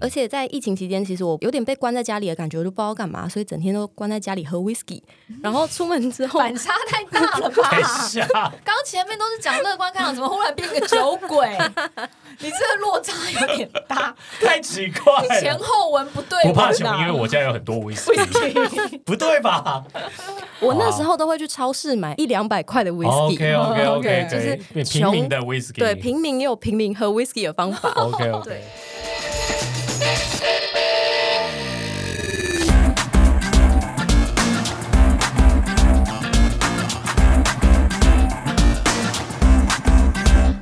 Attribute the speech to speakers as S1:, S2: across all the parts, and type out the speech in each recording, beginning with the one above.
S1: 而且在疫情期间，其实我有点被关在家里的感觉，我就不知道干嘛，所以整天都关在家里喝 whisky。然后出门之后，
S2: 反差 太大了
S3: 等一
S2: 吧？
S3: 下，
S2: 刚前面都是讲乐观开朗，怎么忽然变个酒 鬼？你这个落差有点 大，
S3: 太奇怪
S2: 你前
S3: 了。
S2: 后文不对
S3: 不
S2: 吧。
S3: 怕穷，因为我家有很多威士
S2: 不
S3: 忌，
S2: 行。
S3: 不对吧
S1: 我那时候都会去超市买一两百块的 whisky。
S3: ？OK OK OK，
S2: 哦 OK，
S1: 就是
S3: 平民
S1: 穷
S3: 的威士忌，
S1: 对，平民也有平民喝 whisky 的方 法。
S3: OK OK。
S2: 对，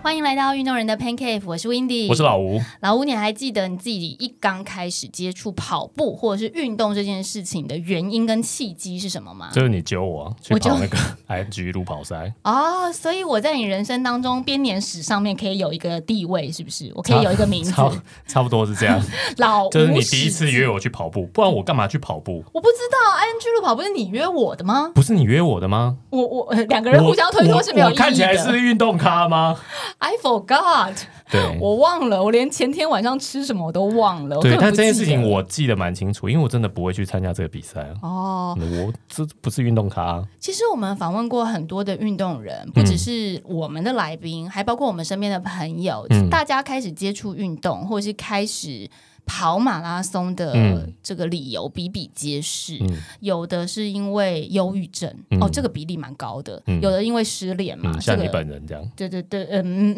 S2: 欢迎来到运动人的 Pan Cave，我是 Windy，
S3: 我是老吴，
S2: 老吴，你还记得你自己一刚开始接触跑步或者是运动这件事情的原因跟契机是什么吗？
S3: 就是你揪我啊去
S2: 我揪
S3: 跑那个 IG 路跑赛，
S2: 哦，所以我在你人生当中编年史上面可以有一个地位，是不是？我可以有一个 名字，
S3: 差差不多是 这样。
S2: 老吴。
S3: 就是你第一次约，我去跑步，不然我干嘛去跑步？
S2: 我不知道 ING 路跑不是你约我的吗？
S3: 不是你约我的吗？
S2: 我我两个人互相推
S3: 我
S2: 脱是没有
S3: 我
S2: 意义的。
S3: 看起来是运动咖吗？
S2: I forgot，
S3: 对，
S2: 我忘了，我连前天晚上吃什么我都忘了。我
S3: 对，
S2: 根本
S3: 但
S2: 不
S3: 这件
S2: 记
S3: 事情
S2: 得
S3: 我记得蛮清楚，因为我真的不会去参加这个比赛啊。
S2: 哦，
S3: 我这不是运动咖啊、
S2: 其实我们访问过很多的运动
S3: 嗯
S2: 人，不只是我们的来宾，还包括我们身边的朋友，
S3: 嗯
S2: 大家开始接触运动，或者是开始跑马拉松的
S3: 嗯
S2: 这个理由比比皆是。
S3: 嗯
S2: 有的是因为忧郁症，
S3: 嗯
S2: 哦，这个比例蛮高的；
S3: 嗯
S2: 有的因为失恋嘛，
S3: 嗯，
S2: 这
S3: 像
S2: 个
S3: 你本人这样
S2: 对对对，嗯，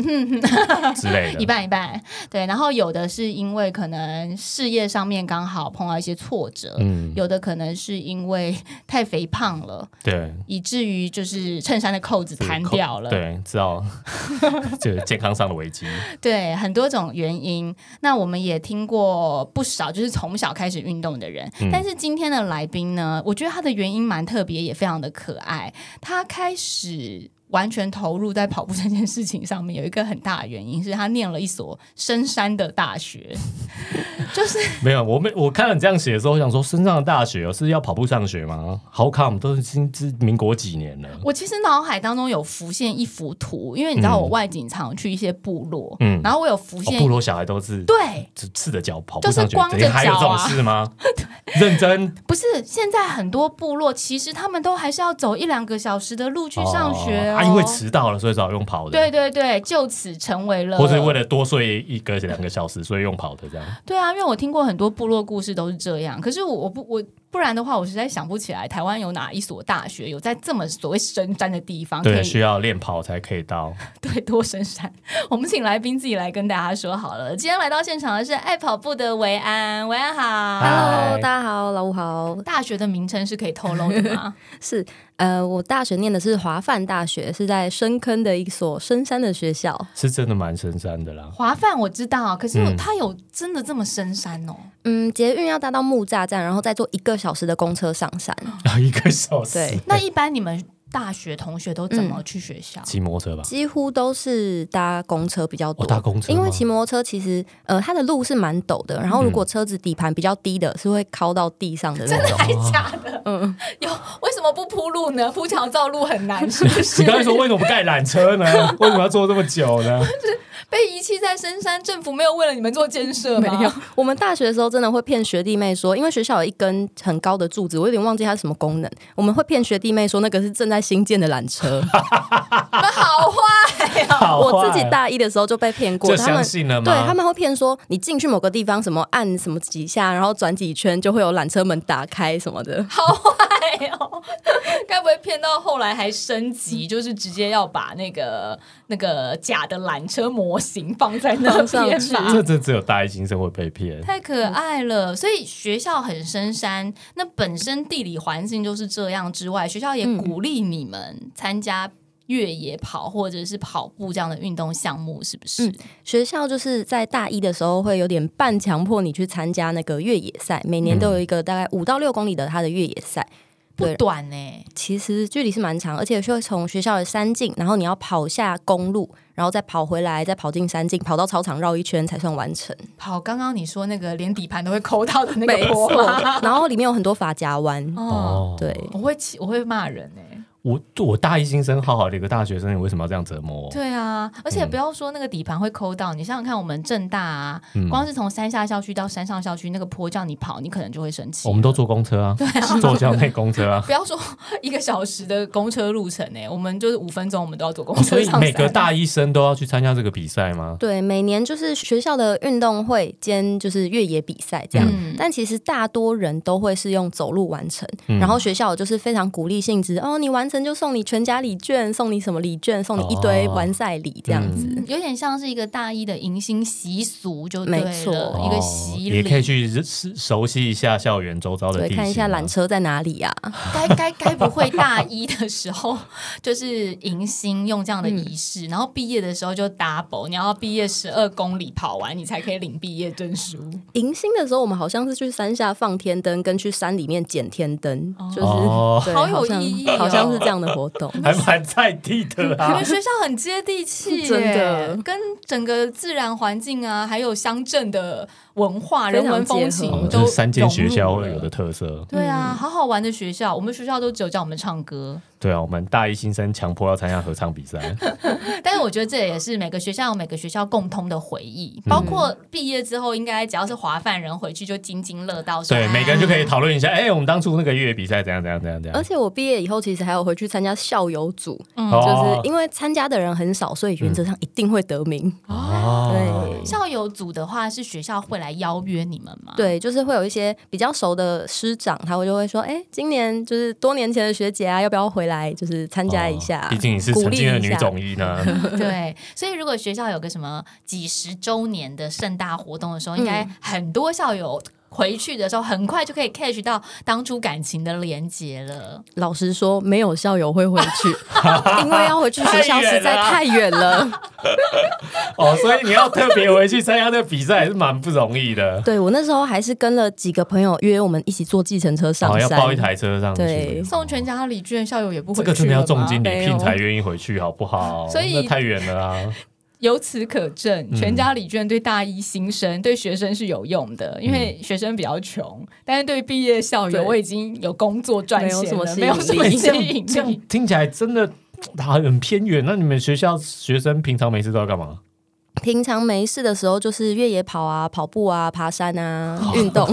S3: 之类
S2: 一
S3: 的。
S2: 半一半。对，然后有的是因为可能事业上面刚好碰到一些挫折，
S3: 嗯，
S2: 有的可能是因为太肥胖了。
S3: 对，
S2: 以至于就是衬衫的扣子弹
S3: 扣
S2: 掉了，
S3: 对，知道， 就是健康上的危机。
S2: 对很多种原因。那我们也听过不少，就是从小开始运动的人。
S3: 嗯
S2: 但是今天的来宾呢，我觉得他的原因蛮特别，也非常的可爱。他开始。完全投入在跑步这件事情上面，有一个很大的原因是他念了一所深山的大学，就是
S3: 没有，我没我看了你这样写的时候，我想说，深上的大学哦是要跑步上学吗？好 come，都已经是民国几年了。
S2: 我其实脑海当中有浮现一幅图，因为你知道我外景常去一些部落，
S3: 嗯
S2: 然后我有浮
S3: 哦
S2: 现、
S3: 部落小孩都是
S2: 对，
S3: 赤赤着脚跑步
S2: 就是
S3: 上学，
S2: 光着
S3: 等一下还有这种
S2: 脚啊
S3: 事 吗？认真
S2: 不是，现在很多部落其实他们都还是要走一两个小时的路去上学、哦
S3: 哦啊，因为迟到了，所以只好用跑的。
S2: 对对对，就此成为了，
S3: 或是为了多睡一个两个小时，所以用跑的这样。
S2: 对啊，因为我听过很多部落故事都是这样，可是我我不我不然的话，我实在想不起来台湾有哪一所大学有在这么所谓深山的地方可
S3: 对，
S2: 以
S3: 需要练跑才可以到。
S2: 对，多深山。我们请来宾自己来跟大家说好了。今天来到现场的是爱跑步的维安，维安好。
S3: 嗨
S1: Hello，大家好，老五好，
S2: 大学的名称是可以透露的吗？
S1: 是呃，我大学念的是华范大学，是在深坑的一所深山的学校。
S3: 是真的蛮深山的啦。
S2: 华范我知道，可是
S3: 嗯
S2: 它有真的这么深山哦？
S1: 嗯，捷运要搭到木栅站，然后再坐一个小时的公车上山。
S3: 一个小时，
S1: 对
S2: 那一般你们大学同学都怎么去学校？
S3: 骑摩托车吧。
S1: 几乎都是搭公车比较多，
S3: 哦搭公车吗
S1: 因为骑摩托车其实呃它的路是蛮陡的，然后如果车子底盘比较低的，是会靠到地上的那种。
S2: 太假的，
S1: 嗯，
S2: 有为什么不铺路呢？铺桥造路很难，是不是
S3: 你刚才说为什么不盖缆 车呢？为什么要坐这么久
S1: 啊
S3: 呢？
S2: 被遗弃在深山，政府没有为了你们做建设吗？
S1: 没有，我们大学的时候真的会骗学弟妹说，因为学校有一根很高的柱子，我有点忘记它是什么功能，我们会骗学弟妹说那个是正在新建的缆车。
S2: 你们 好坏哦！
S3: 好坏
S1: 我自己大一的时候就被骗过，
S3: 就
S1: 他
S3: 相
S1: 们。
S3: 信了吗？
S1: 对他们会骗说，你进去某个地方，什么按什么几下，然后转几圈，就会有缆车门打开什么的。
S2: 好坏哦！ 该不会骗到后来还升
S1: 嗯
S2: 级，就是直接要把那个那个假的缆车模型放在那边
S1: 放上去
S2: 吧？
S3: 这这只有大一新生会被骗。
S2: 太可爱了，所以学校很深山，那本身地理环境就是这样之外，学校也
S1: 嗯
S2: 鼓励你们参加越野跑或者是跑步这样的运动项目，是不是？
S1: 嗯学校就是在大一的时候会有点半强迫你去参加那个越野赛，每年都有一个大概五到六公里的它的越野赛。
S2: 不
S1: 对，
S2: 短欸呢、
S1: 其实距离是蛮长，而且是会从学校的山径，然后你要跑下公路，然后再跑回来，再跑进山径，跑到操场绕一圈才算完成。
S2: 跑刚刚你说那个连底盘都会抠到的那
S1: 没
S2: 个 坡哦
S1: 错
S2: 吗？，
S1: 然后里面有很多发夹弯。
S2: 哦，
S1: 对，
S2: 我会起，我会骂人呢、欸
S3: 我我大一新生，好好的一个大学生，你为什么要这样折磨我？
S2: 对啊，而且不要说那个底盘会抠到，你想想看，我们正大啊，光是从山下校区到山上校区那个坡叫你跑，你可能就会生气。
S3: 我们都坐公车啊，坐校内公车 啊，
S2: 不要说一个小时的公车路程欸呢、我们就是五分钟，我们都要坐公
S3: 哦所
S2: 车
S3: 以
S2: 上山。
S3: 每个大一生都要去参加这个比赛吗？
S1: 对，每年就是学校的运动会兼就是越野比赛这样，
S2: 嗯
S1: 但其实大多人都会是用走路完成，
S3: 嗯
S1: 然后学校就是非常鼓励性质，哦，你完成就送你全家礼券，送你什么礼券，送你一堆
S3: 哦
S1: 完赛礼这样子。
S2: 嗯有点像是一个大一的迎新习俗，就对了
S1: 没错
S2: 一个习
S3: 哦也可以
S2: 礼。
S3: 去认识熟悉一下校园周遭的
S1: 对，
S3: 地形啊
S1: 看一下缆车在哪里呀、啊？
S2: 该该该不会大一的时候就是迎新用这样的仪式，然后毕业的时候就 double，你要毕业十二公里跑完，你才可以领毕业证书。
S1: 迎新的时候，我们好像是去山下放天灯，跟去山里面捡天灯，
S2: 哦
S1: 就是、
S3: 哦
S1: 对
S2: 好有
S1: 像
S2: 意义哦
S1: 好像是这样的活动。
S3: 还蛮在地的
S2: 你
S3: 啊
S2: 们。学校很接地气耶，
S1: 真的
S2: 跟整个自然环境啊，还有乡镇的文化、
S1: 非
S2: 人
S1: 常
S2: 文风
S1: 结
S2: 情
S1: 合嗯
S3: 哦
S2: 都
S3: 这是三间学校
S2: 融入
S3: 会
S2: 了
S3: 有的特色。
S2: 对啊，好好玩的学校，我们学校都只有叫我们唱歌，
S3: 对啊，我们大一新生强迫要参加合唱比赛，
S2: 但是我觉得这也是每个学校有每个学校共通的回
S3: 嗯
S2: 忆，包括毕业之后，应该只要是华范人回去就津津乐道，说
S3: 对，
S2: 哎
S3: 每个人就可以讨论一下，哎，我们当初那个越野比赛怎样怎样怎样怎
S1: 而
S3: 样。
S1: 且我毕业以后，其实还有回去参加校友组，就是
S3: 哦
S1: 因为参加的人很少，所以原则上一定会得名。
S3: 哦，
S1: 对
S2: 校友组的话，是学校会来邀约你们吗？，
S1: 对，就是会有一些比较熟的师长，他会就会说：“哎、今年就是多年前的学姐啊，要不要回来就是参加一下？”
S3: 哦毕竟你是
S1: 鼓
S3: 曾
S1: 励
S3: 经的
S1: 一
S3: 女
S1: 下。
S3: 总医呢，
S2: 对，所以如果学校有个什么几十周年的盛大活动的时候，应
S3: 嗯
S2: 该很多校友回去的时候，很快就可以 catch 到当初感情的连结了。
S1: 老实说，没有校友会回 去，因为要回去学校实在太远了。
S3: 哦，所以你要特别回去参加这个比赛还是蛮不容易的，
S1: 对我那时候还是跟了几个朋友约我们一起坐计程车上
S3: 哦，要
S1: 山。
S3: 包一台车上去
S1: 对。
S2: 送全家礼券，校友也不
S3: 这
S2: 回去
S3: 个真的要重金礼
S1: 没
S3: 聘
S1: 有
S3: 才愿意回去，好不好？
S2: 所以
S3: 那太远了啊！
S2: 由此可证，全家礼券对大一新生、对学生是有用的，因为
S3: 嗯
S2: 学生比较穷，但是对毕业校友，
S1: 对
S2: 我已经有工作赚
S1: 没有
S2: 钱
S1: 什么
S2: 了，
S1: 吸
S2: 没有
S1: 引
S2: 什
S1: 力
S2: 么吸
S3: 这
S2: 引
S3: 样这样
S2: 力。
S3: 听起来真的啊很偏远。那你们学校学生平常没事都要干嘛？
S1: 平常没事的时候，就是越野跑啊、跑步啊、爬山
S3: 哦
S1: 啊、运 动。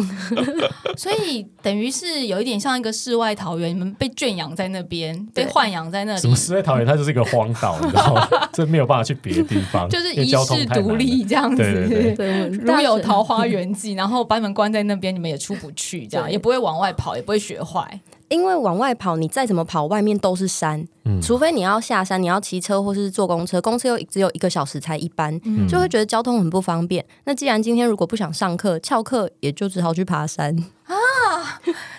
S2: 所以等于是有一点像一个世外桃源，你们被圈养在那边，被
S1: 对
S2: 豢养在那
S3: 什
S2: 里
S3: 么，时代桃园，它就是一个荒岛，你知道 吗？这没有办法去别的地方，
S2: 就是
S3: 因为
S2: 遗
S3: 交通
S2: 世
S3: 太难
S2: 独
S3: 了。
S2: 立这样子。
S3: 对对对
S1: 对，我们
S2: 如
S1: 大
S2: 有
S1: 学
S2: 桃花源记，然后把你们关在那边，你们也出不去，这样
S1: 对
S2: 也不会往外跑，也不会学坏。
S1: 因为往外跑，你再怎么跑，外面都是山，
S3: 嗯
S1: 除非你要下山，你要骑车或是坐公车，公车又只有一个小时才一班，
S2: 嗯
S1: 就会觉得交通很不方便。那既然今天如果不想上课，翘课也就只好去爬山。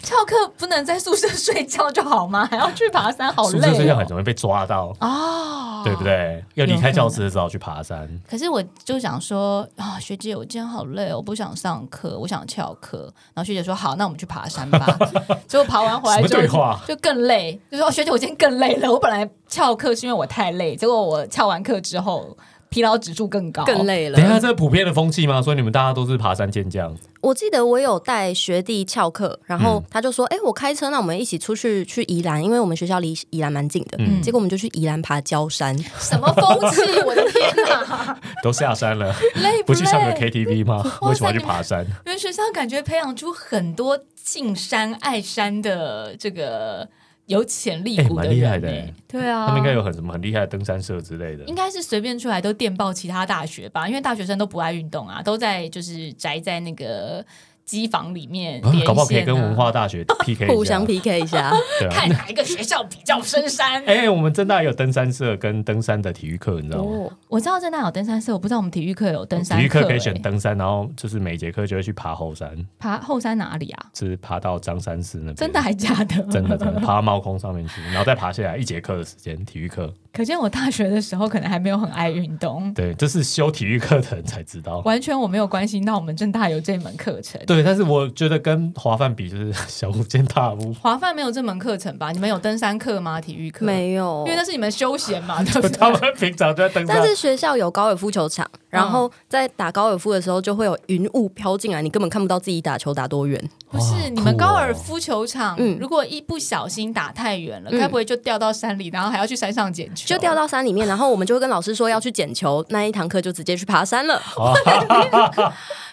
S2: 翘课不能在宿舍睡觉就好吗？还 要去爬山，好累、
S3: 宿
S2: 哦。
S3: 舍睡觉很容易被抓到，
S2: 哦，
S3: 对不？对？要离开教室的时候去爬山，
S2: 可是我就想说啊，学姐，我今天好累哦，我不想上课，我想翘课。然后学姐说好，那我们去爬山 吧。结果爬完回来
S3: 什么
S2: 之后
S3: 对话
S2: 就就更累，就说、哦学姐，我今天更累了。我本来翘课是因为我太累，结果我翘完课之后疲劳指数更高，
S1: 更。累
S3: 等一下，
S1: 了。
S3: 这是普遍的风气吗？所以你们大家都是爬山健将，
S1: 我记得我有带学弟翘课，然
S3: 嗯
S1: 后他就说：“哎、我开车，那我们一起出去去宜兰，因为我们学校离宜兰蛮近的。
S3: 嗯
S1: 结果我们就去宜兰爬焦山，
S2: 什么风气？我的天哪，
S3: 都下山了，
S2: 累
S3: 不
S2: 累？
S3: 去唱个 KTV 吗？
S2: 哇塞
S3: 为什么要去爬山？
S2: 因为学校感觉培养出很多敬山爱山的这个有潜力
S3: 哎
S2: 股
S3: 蛮
S2: 的
S3: 厉害
S2: 人、
S3: 的
S2: 欸
S3: 欸
S2: 对啊，
S3: 他们应该有很什么很厉害的登山社之类的
S2: 应。该是随便出来都电报其他大学吧，因为大学生都不爱运动啊，都在就是宅在那个机房里面
S3: 啊
S2: 连线、啊
S3: 搞不好可以跟文化 大学 PK 一下
S1: 互相 PK 一下。
S3: 对啊
S2: 看。哪一个学校比较深山。
S3: 哎，我们正大也有登山社跟登山的体育课，你知道吗？
S1: 哦，
S2: 我知道正大有登山社，我不知道我们体育课有登山
S3: 体育课可
S2: 欸
S3: 以选登山，然后就是每节课就会去爬后山，
S2: 爬后山哪里啊？
S3: 就是爬到张山寺那边。
S2: 真的还假的？
S3: 真的真的爬到猫空上面去，然后再爬下来，一节课的时间，体育课。
S2: 可见我大学的时候可能还没有很爱运动，
S3: 对，这是修体育课的人才知道。
S2: 完全我没有关心到我们正大有这门课程。
S3: 对对，但是我觉得跟滑饭比，就是小巫见大 巫。
S2: 华范没有这门课程吧？你们有登山课吗？体育课？，
S1: 没有
S2: 因为那是你们休闲 嘛，对不对？
S3: 他们平常就在登山
S1: 但，是学校有高尔夫球场，然后在打高尔夫的时候就会有云雾飘进来，你根本看不到自己打球打多远。
S2: 不
S3: 哇
S2: 是你们
S3: 酷
S2: 高尔
S3: 哦
S2: 夫球场，
S1: 嗯
S2: 如果一不小心打太远了，
S1: 嗯
S2: 该不会就掉到山里，然后还要去山上捡球？
S1: 就掉到山里面，然后我们就会跟老师说要去捡球，那一堂课就直接去爬山了。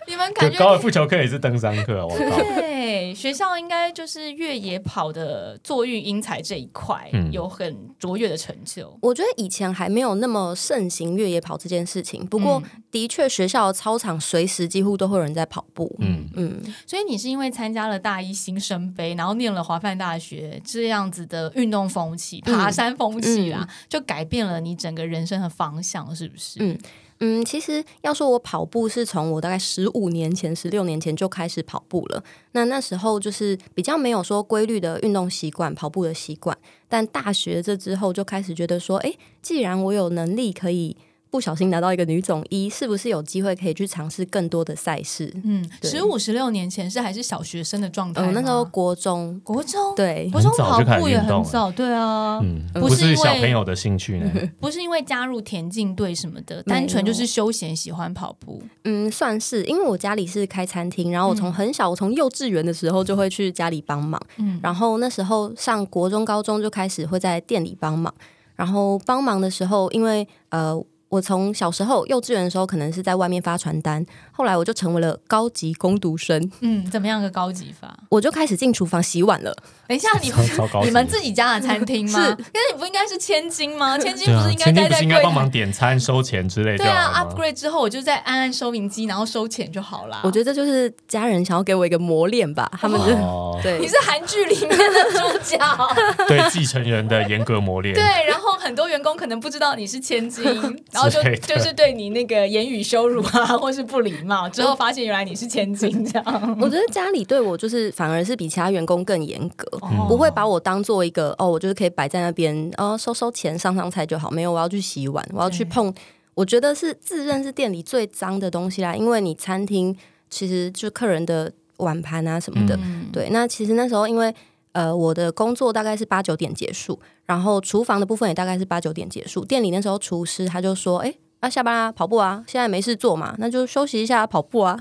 S2: 你们感
S3: 就
S2: 觉
S3: 高尔夫球课也是登山课，我靠！
S2: 对学校应该就是越野跑的坐育英才这一块、
S3: 嗯
S2: 有很卓越的成就。
S1: 我觉得以前还没有那么盛行越野跑这件事情，不过的确学校的操场随时几乎都会有人在跑步。
S3: 嗯，
S1: 嗯，
S2: 所以你是因为参加了大一新生杯，然后念了华范大学这样子的运动风气、
S1: 嗯
S2: 爬山风气啦，就改变了你整个人生的方向，是不是？
S1: 嗯嗯，其实要说我跑步是从我大概十五年前、十六年前就开始跑步了。那那时候就是比较没有说规律的运动习惯、跑步的习惯。但大学这之后就开始觉得说，诶，既然我有能力可以不小心拿到一个女总一，是不是有机会可以去尝试更多的赛事？
S2: 嗯，
S1: 对
S2: 十五十六年前是还是小学生的状态吗、
S1: 嗯，那时候国中，
S2: 国中
S1: 对，
S2: 国中
S3: 很早
S2: 跑
S3: 就开始
S2: 步也
S3: 运动
S2: 很
S3: 了
S2: 早，对啊，
S3: 嗯，
S2: 不
S3: 不
S2: 是因为
S3: 是小朋友的兴趣呢。
S2: 不是因为加入田径队什么的，
S1: 没有
S2: 单纯就是休闲喜欢跑步。
S1: 嗯，算是，因为我家里是开餐厅，然后我从很小，我从幼稚园的时候就会去家里帮忙，
S2: 嗯
S1: 然后那时候上国中、高中就开始会在店里帮忙，然后帮忙的时候，因为呃。我从小时候幼稚园的时候，可能是在外面发传单，后来我就成为了高级工读生，
S2: 嗯，怎么样个高 级法？
S1: 我就开始进厨房洗碗了。
S2: 等一下，你
S3: 超超高级
S2: 你们自己家的餐厅吗
S1: 是？
S2: 但是你不应该是千金吗？千金
S3: 对
S2: 不
S3: 啊
S2: 是，应该
S3: 前
S2: 待
S3: 天不
S2: 在
S3: 是应
S2: 柜
S3: 该帮
S2: 台？
S3: 忙点餐、收钱之类就
S2: 对
S3: 好
S2: 啊
S3: 了吗？
S2: ，upgrade 之后我就在按按收银机，然后收钱就好啦。
S1: 我觉得这就是家人想要给我一个磨练吧，他们就、
S3: 哦，
S1: 对
S2: 你是韩剧里面的 主角，
S3: 对继承人的严格磨 练，
S2: 对，啊然后很多员工可能不知道你是 千金，然后就
S3: 之类的
S2: 就是对你那个言语羞辱 啊，或是不礼貌，之后发现原来你是千金这
S3: 嗯
S2: 样。
S1: 我觉得家里对我就是反而是比其他员工更严格，
S2: 哦
S1: 不会把我当做一个哦，我就是可以摆在那边，哦，收收钱上上菜就好。没有，我要去洗碗，我要去
S2: 对
S1: 碰。我觉得是自认是店里最脏的东西啦，因为你餐厅其实就客人的碗盘啊什么的。
S2: 嗯
S1: 对，那其实那时候因为呃我的工作大概是八九点结束，然后厨房的部分也大概是八九点结束。店里那时候厨师他就说：“哎、那、下班啦、跑步啊，现在没事做嘛，那就休息一下、跑步啊。”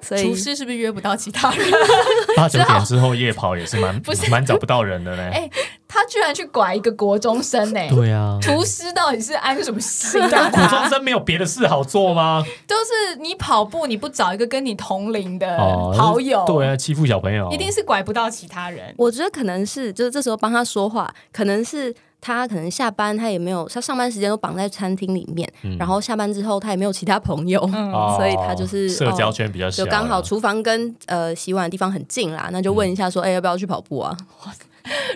S1: 所以
S2: 厨师是不是约不到其他人？
S3: 八九点之后夜跑也是蛮
S2: 不是
S3: 蛮找不到人的呢。
S2: 哎他居然去拐一个国中生呢、
S3: 对啊，
S2: 厨师到底是安什么心 啊？
S3: 国中
S2: 他
S3: 生没有别的事好做吗？
S2: 都是你跑步，你不找一个跟你同龄的
S3: 哦，
S2: 呃好友，
S3: 对啊，欺负小朋友，
S2: 一定是拐不到其他人。
S1: 我觉得可能是，就是这时候帮他说话，可能是他可能下班他也没有，他上班时间都绑在餐厅里面，然后下班之后他也没有其他朋友，
S3: 哦
S1: 所以他就是
S3: 社交圈
S2: 哦
S3: 比较小
S1: 就
S3: 啊，
S1: 刚好厨房跟呃洗碗的地方很近啦，那就问一下说，哎、要不要去跑步啊？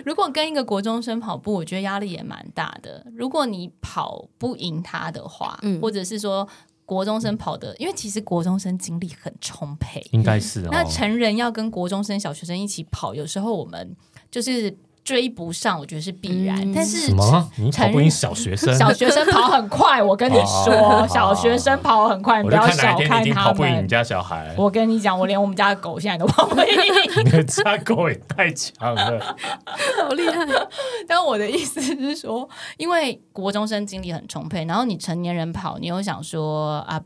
S2: 如果跟一个国中生跑步，我觉得压力也蛮大的。如果你跑不赢他的话，
S1: 嗯
S2: 或者是说国中生跑的，因为其实国中生精力很充沛，
S3: 应该是哦。
S2: 嗯那成人要跟国中生、小学生一起跑，有时候我们就是追不上，我觉得是必然。
S1: 嗯
S2: 但是
S3: 什么？你
S2: 成
S3: 跑不赢小学生？
S2: 小学生跑很快，我跟你说
S3: 哦，
S2: 小学生跑很快，你
S3: 我
S2: 不
S3: 就
S2: 要
S3: 看哪
S2: 小
S3: 一天你
S2: 看
S3: 已经
S2: 他
S3: 跑不赢你
S2: 们。
S3: 家小孩，
S2: 我跟你讲，我连我们家的狗现在都跑不赢。
S3: 你的家狗也太 强了。
S1: 好厉害！
S2: 但我的意思是说，因为国中生精力很充沛，然后你成年人跑，你又想说啊。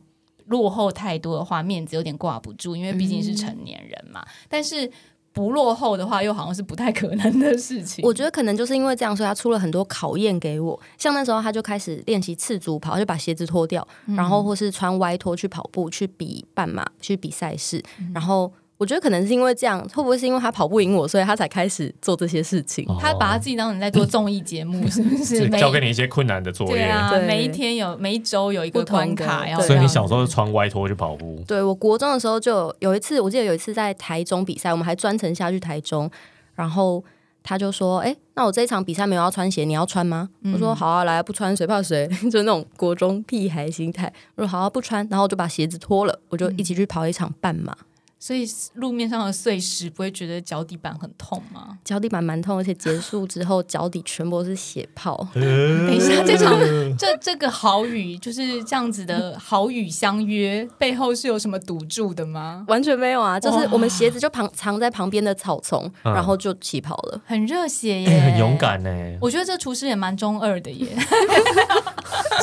S2: 落后太多的话，面子有点挂不住，因为毕竟
S1: 嗯
S2: 是成年人嘛。但是不落后的话，又好像是不太可能的事情。
S1: 我觉得可能就是因为这样，所以他出了很多考验给我。像那时候他就开始练习赤足跑，就把鞋子脱掉，然后或是穿歪拖去跑步，去比半马，去比赛事。然后我觉得可能是因为这样，会不会是因为他跑不赢我，所以他才开始做这些事情？
S2: 他把他自己当成在做综艺节目，是不是？
S3: 是
S2: 每
S3: 交给你一些困难的作
S2: 对
S3: 业，
S2: 啊，
S1: 对
S2: 每一天有每一周有一个
S1: 不同
S2: 关
S1: 的
S2: 卡
S1: 对
S2: 要让。
S3: 所以你小时候就穿歪拖去跑步，
S1: 对我国中的时候就有有一次，我记得有一次在台中比赛，我们还专程下去台中，然后他就说：“哎、那我这一场比赛没有要穿鞋，你要穿吗？”我说：“好啊，来啊，不穿谁怕谁？” 就那种国中屁孩心态。我说：“好啊，不穿。”然后我就把鞋子脱了，我就一起去跑一场半马。
S2: 所以路面上的碎石不会觉得脚底板很痛
S3: 嗯
S2: 吗？
S1: 脚底板蛮痛，而且结束之后脚底全部都是血泡。
S3: 等
S2: 一 下这场 这这个好雨就是这样子的好雨相约，背后是有什么赌注的吗？
S1: 完全没有啊，就是我们鞋子就旁藏在旁边的草丛，
S3: 嗯
S1: 然后就起泡了。
S2: 很热血耶，
S3: 哎很勇。敢呢、
S2: 我觉得这厨师也蛮中二的 耶，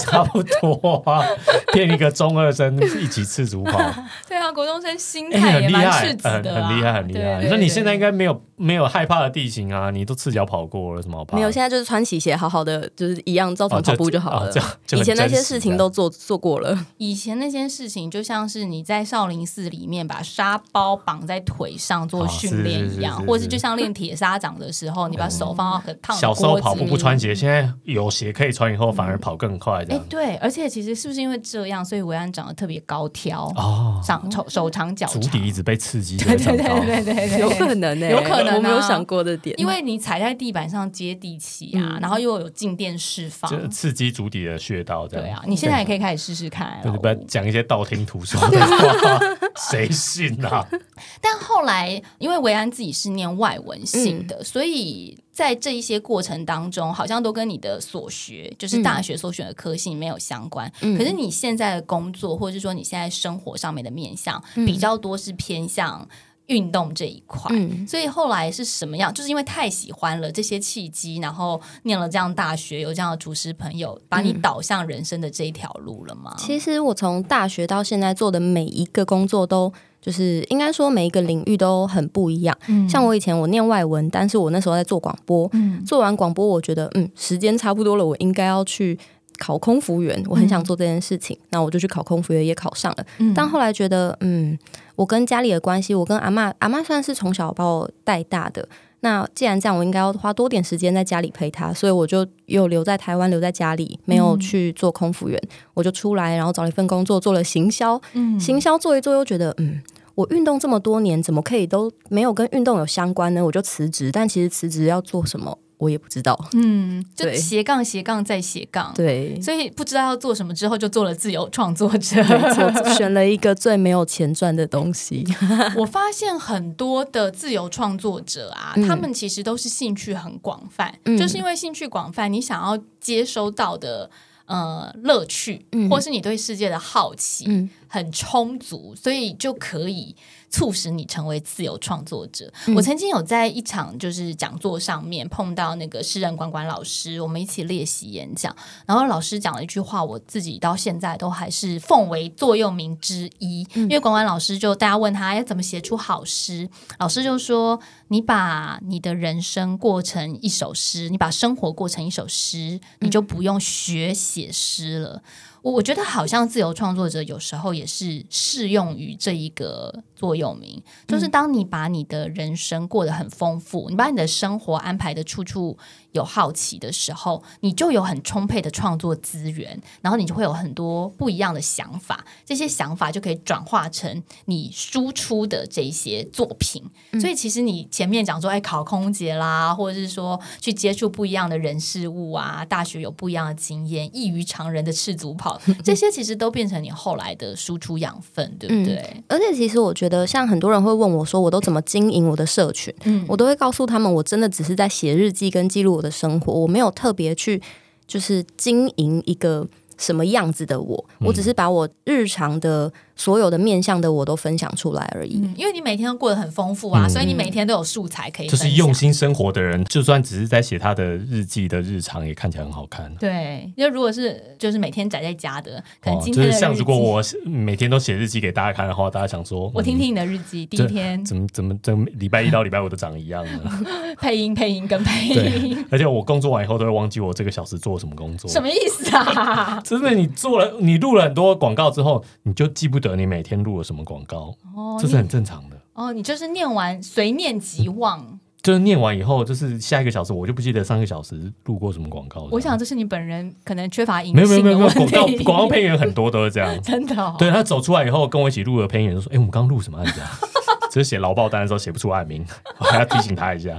S3: 差不多啊，骗一个中二生一起 赤足跑，
S2: 对啊，国中生心
S3: 哎、
S2: 态
S3: 很
S2: 也
S3: 厉
S2: 蛮
S3: 害
S2: 赤，子
S3: 很
S2: 的啊、
S3: 很厉害，很厉害。
S2: 对
S3: 你说你现在应
S2: 对
S3: 该没有没有害怕的地形啊，你都赤脚跑过了，有什么好怕的？
S1: 没有，现在就是穿洗鞋，好好的，就是一样照常跑步就好了。
S3: 啊哦这哦这样就很
S1: 以前那些
S3: 真实
S1: 事情都做做过了，
S2: 以前那件事情，就像是你在少林寺里面把沙包绑在腿上做训练一样，
S3: 哦是是是是哦
S2: 或是就像练铁砂掌的时候，你把手放到很烫的
S3: 小时候
S2: 锅子
S3: 跑步
S2: 里。
S3: 不穿鞋，现在有鞋可以穿，以后反而跑更快这
S2: 哎
S3: 样。，
S2: 对，而且其实是不是因为这样，所以维安长得特别高挑，
S3: 哦，
S2: 长手手长哎脚
S3: 足
S2: 长？
S3: 底一直被刺激，
S2: 对对
S3: 长高
S2: 对对对对，
S1: 有可能呢、
S2: 有可能啊
S1: 我没有想过这点，
S2: 因为你踩在地板上接地气啊，
S1: 嗯
S2: 然后又有静电释放，
S3: 就刺激足底的穴道这样。
S2: 对啊，你现在也可以开始试试看。哦老
S3: 对，对
S2: 吴
S3: 不要讲一些道听 途说的
S2: 啊
S3: 话， 谁信啊？
S2: 但后来，因为维安自己是念外文系的，所以在这一些过程当中，好像都跟你的所学，就是大学所选的科系没有相关。
S1: 嗯
S2: 可是你现在的工作，或者是说你现在生活上面的面向，
S1: 嗯
S2: 比较多是偏向运动这一块。
S1: 嗯，
S2: 所以后来是什么样？就是因为太喜欢了这些契机，然后念了这样大学，有这样的厨师朋友，把
S1: 嗯
S2: 你导向人生的这一条路了吗？
S1: 其实我从大学到现在做的每一个工作都。就是应该说每一个领域都很不一样，
S2: 嗯
S1: 像我以前我念外文，但是我那时候在做广播，
S2: 嗯
S1: 做完广播，我觉得嗯，时间差不多了，我应该要去考空服员，我很想做这件事情，那我就去考空服员，也考上了。
S2: 嗯
S1: 但后来觉得，嗯，我跟家里的关系，我跟阿嬷，阿嬷算是从小把我带大的。那既然这样，我应该要花多点时间在家里陪她，所以我就又留在台湾，留在家里，没
S2: 嗯
S1: 有去做空服员，我就出来，然后找了一份工作，做了行销。
S2: 嗯
S1: 行销做一做，又觉得嗯。我运动这么多年，怎么可以都没有跟运动有相关呢？我就辞职，但其实辞职要做什么，我也不知道。
S2: 嗯，就
S1: 对
S2: 斜杠斜杠再斜杠，
S1: 对，
S2: 所以不知道要做什么之后，就做了自由创作者。
S1: 我选了一个最没有钱赚的东西。
S2: 我发现很多的自由创作者啊，
S1: 嗯
S2: 他们其实都是兴趣很广泛，
S1: 嗯
S2: 就是因为兴趣广泛，你想要接收到的。呃，乐趣，
S1: 嗯
S2: 或是你对世界的好奇、
S1: 嗯
S2: 很充足，所以就可以促使你成为自由创作者。
S1: 嗯
S2: 我曾经有在一场就是讲座上面碰到那个诗人管管老师，我们一起练习演讲，然后老师讲了一句话，我自己到现在都还是奉为座右铭之一。
S1: 嗯
S2: 因为管管老师就大家问他要哎怎么写出好诗，老师就说：“你把你的人生过成一首诗，你把生活过成一首诗，你就不用学写诗了。我我觉得好像自由创作者有时候也是适用于这一个座右铭，就是当你把你的人生过得很丰富，你把你的生活安排的处处有好奇的时候，你就有很充沛的创作资源，然后你就会有很多不一样的想法，这些想法就可以转化成你输出的这一些作品。所以其实你前面讲说，哎，考空姐啦，或者是说去接触不一样的人事物啊，大学有不一样的经验，异于常人的赤足跑， 这些其实都变成你后来的输出养分，对不对？
S1: 而且其实我觉得，像很多人会问我说，我都怎么经营我的社群？
S2: 嗯
S1: 我都会告诉他们，我真的只是在写日记跟记录我的生活，我没有特别去就是经营一个什么样子的我，我只是把我日常的所有的面向的我都分享出来而已。
S2: 嗯因为你每天都过得很丰富啊，
S3: 嗯
S2: 所以你每天都有素材可以
S3: 就是
S2: 分享
S3: 用心生活的人，就算只是在写他的日记的日常，也看起来很好看。啊
S2: 对，因为如果是就是每天宅在家的，可能
S3: 哦
S2: 今
S3: 就
S2: 天
S3: 是
S2: 的
S3: 像
S2: 日记
S3: 如果我每天都写日记给大家看的话，大家想说，
S2: 我听
S3: 嗯
S2: 听你的日记，第
S3: 这
S2: 一天
S3: 怎么怎么怎么礼拜一到礼拜五都长一样 呢？
S2: 配音配音跟配
S3: 对
S2: 音，，
S3: 而且我工作完以后都会忘记我这个小时做什么工 作。
S2: 什么意思 啊？
S3: 真的，你做了你录了很多广告之后，你就记不得你每天录了什么广告，
S2: 哦，
S3: 这是
S2: 你
S3: 很正常的。
S2: 哦，你就是念完随念即忘。
S3: 就是念完以后，就是下一个小时我就不记得上个小时录过什么广告了。
S2: 我想这是你本人可能缺乏隐
S3: 没有没有
S2: 性
S3: 没有
S2: 的
S3: 没有
S2: 问
S3: 广
S2: 题。。
S3: 告广告配音员很多都是这 样
S2: 真的、哦、
S3: 对他走出来以后，跟我一起录的配音员就说：“哎、我们刚刚录什么案 子啊？”只是写劳报单的时候写不出案名，我还要提醒他一下。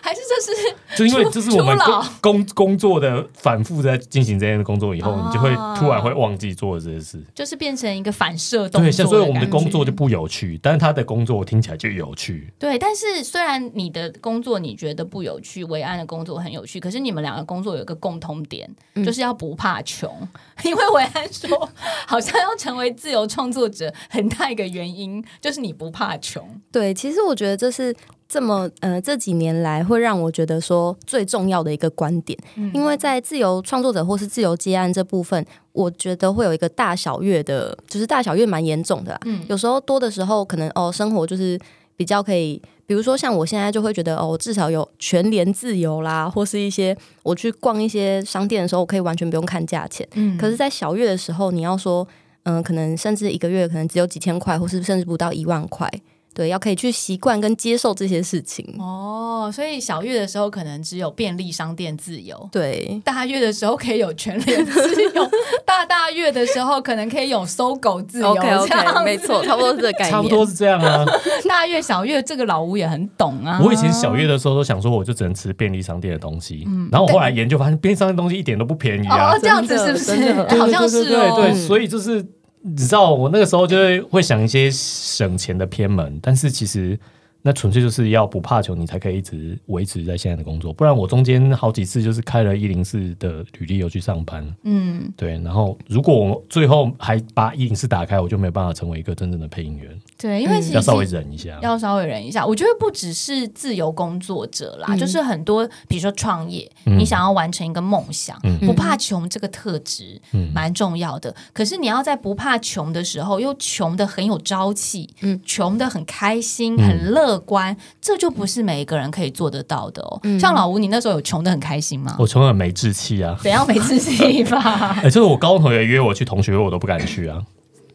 S2: 还是这是
S3: 就因为这是我们
S2: 初老
S3: 工工工作的反复在进行这样的工作以后，
S2: 哦
S3: 你就会突然会忘记做这些事。
S2: 就是变成一个反射动作。
S3: 对，像所以我们的工作
S2: 就
S3: 就不有趣，但是他的工作听起来就有趣。
S2: 对。但是虽然你的工作你觉得不有趣，维安的工作很有趣，可是你们两个工作有一个共通点，
S1: 嗯
S2: 就是要不怕穷。 因为维安说，好像要成为自由创作者，很大一个原因就是你不怕穷。
S1: 对，其实我觉得这是这么呃这几年来会让我觉得说最重要的一个观点，因为在自由创作者或是自由接案这部分，我觉得会有一个大小月的，就是大小月蛮严重的啦。有时候多的时候，可能哦生活就是比较可以。比如说，像我现在就会觉得哦，我至少有全联自由啦，或是一些我去逛一些商店的时候，我可以完全不用看价钱。
S2: 嗯
S1: 可是，在小月的时候，你要说，嗯、可能甚至一个月可能只有几千块，或是甚至不到一万块，对，要可以去习惯跟接受这些事情。
S2: 哦，所以小月的时候可能只有便利商店自由。
S1: 对，
S2: 大月的时候可以有全联自由，大大月的时候可能可以有搜狗自由
S1: OK，OK，
S2: 这样子
S1: 没错，差不多是这个概念。
S3: 差不多是这样 啊！
S2: 大月小月这个老吴也很懂啊。
S3: 我以前小月的时候都想说，我就只能吃便利商店的东西。然后我后来研究发现，便利商店的东西一点都不便宜啊
S2: 嗯哦，！这样子是不
S1: 真 的真
S2: 是？
S1: 的
S2: 好像
S3: 对
S2: 是
S3: 对对对
S2: 哦。
S3: 对，所以就是你知道，我那个时候就会会想一些省钱的偏门，但是其实那纯粹就是要不怕穷，你才可以一直维持在现在的工作。不然我中间好几次就是开了一零四的履历又去上班，
S2: 嗯，
S3: 对，然后如果我最后还把一零四打开，我就没有办法成为一个真正的配音员，
S2: 对，因为其
S3: 要稍微
S2: 实。
S3: 忍一下。
S2: 要稍微忍一下，我觉得不只是自由工作者啦，
S3: 嗯
S2: 就是很多，比如说创业，你想要完成一个梦想，
S3: 嗯
S1: 嗯
S2: 不怕穷这个特质蛮重要的。可是你要在不怕穷的时候，又穷的很有朝气，
S1: 嗯
S2: 穷的很开心、
S3: 嗯
S2: 很乐观，这就不是每一个人可以做得到的哦。
S3: 嗯
S2: 像老吴，你那时候有穷的很开心吗？
S3: 我从来没志气啊！
S2: 怎样没自信吧
S3: 哎、？就是我高中同学约我去同学会，我都不敢去啊。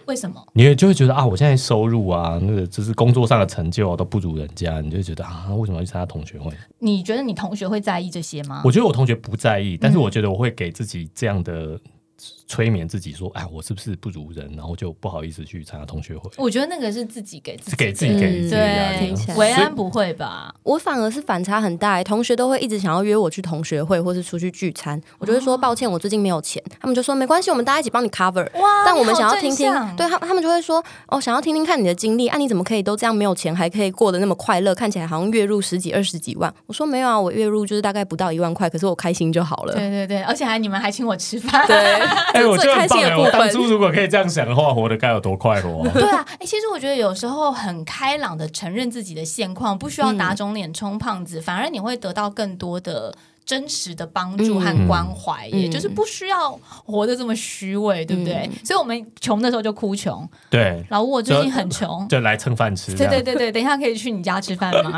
S2: 为什么？
S3: 你就会觉得啊，我现在收入啊，那个就是工作上的成就、啊、都不如人家，你就会觉得啊，为什么要去参加同学会？
S2: 你觉得你同学会在意这些吗？
S3: 我觉得我同学不在意，但是我觉得我会给自己这样的催眠，自己说，哎，我是不是不如人？然后就不好意思去参加同 学会，
S2: 我觉得那个是自己给自己
S3: 是
S2: 的，
S3: 给自己给自己的压
S1: 嗯
S3: 力
S1: 听起来
S3: 啊。
S2: 维安不会吧？
S1: 我反而是反差很大、欸，同学都会一直想要约我去同学会或是出去聚餐，我就会
S2: 哦
S1: 说抱歉，我最近没有钱，他们就说没关系，我们大家一起帮你 cover。
S2: 哇
S1: 但我们想要听听
S2: 啊你好正向，
S1: 对他他们就会说哦，想要听听看你的经历，啊，你怎么可以都这样没有钱，还可以过得那么快乐，看起来好像月入十几二十几万？我说没有啊，我月入就是大概不到一万块，可是我开心就好了。
S2: 对对对，而且还你们还请我吃饭。
S1: 对，
S3: 哎、我觉
S1: 最
S3: 得
S1: 开
S3: 很棒
S1: 心
S3: 哎、
S1: 的部
S3: 我当初
S1: 分。
S3: 如果可以这样想的话，活得该有多快乐、 啊！
S2: 对啊，哎、其实我觉得有时候很开朗的承认自己的现况，不需要
S1: 嗯
S2: 打肿脸充胖子，反而你会得到更多的真实的帮助和
S1: 嗯
S2: 关怀，也就是不需要活得这么虚伪，对不对？
S1: 嗯
S2: 所以我们穷的时候就哭穷，
S3: 对，
S2: 老吴我最近很穷。
S3: 就来蹭饭吃，
S2: 对
S3: 这样哎
S2: 对对对，等一下可以去你家吃饭吗？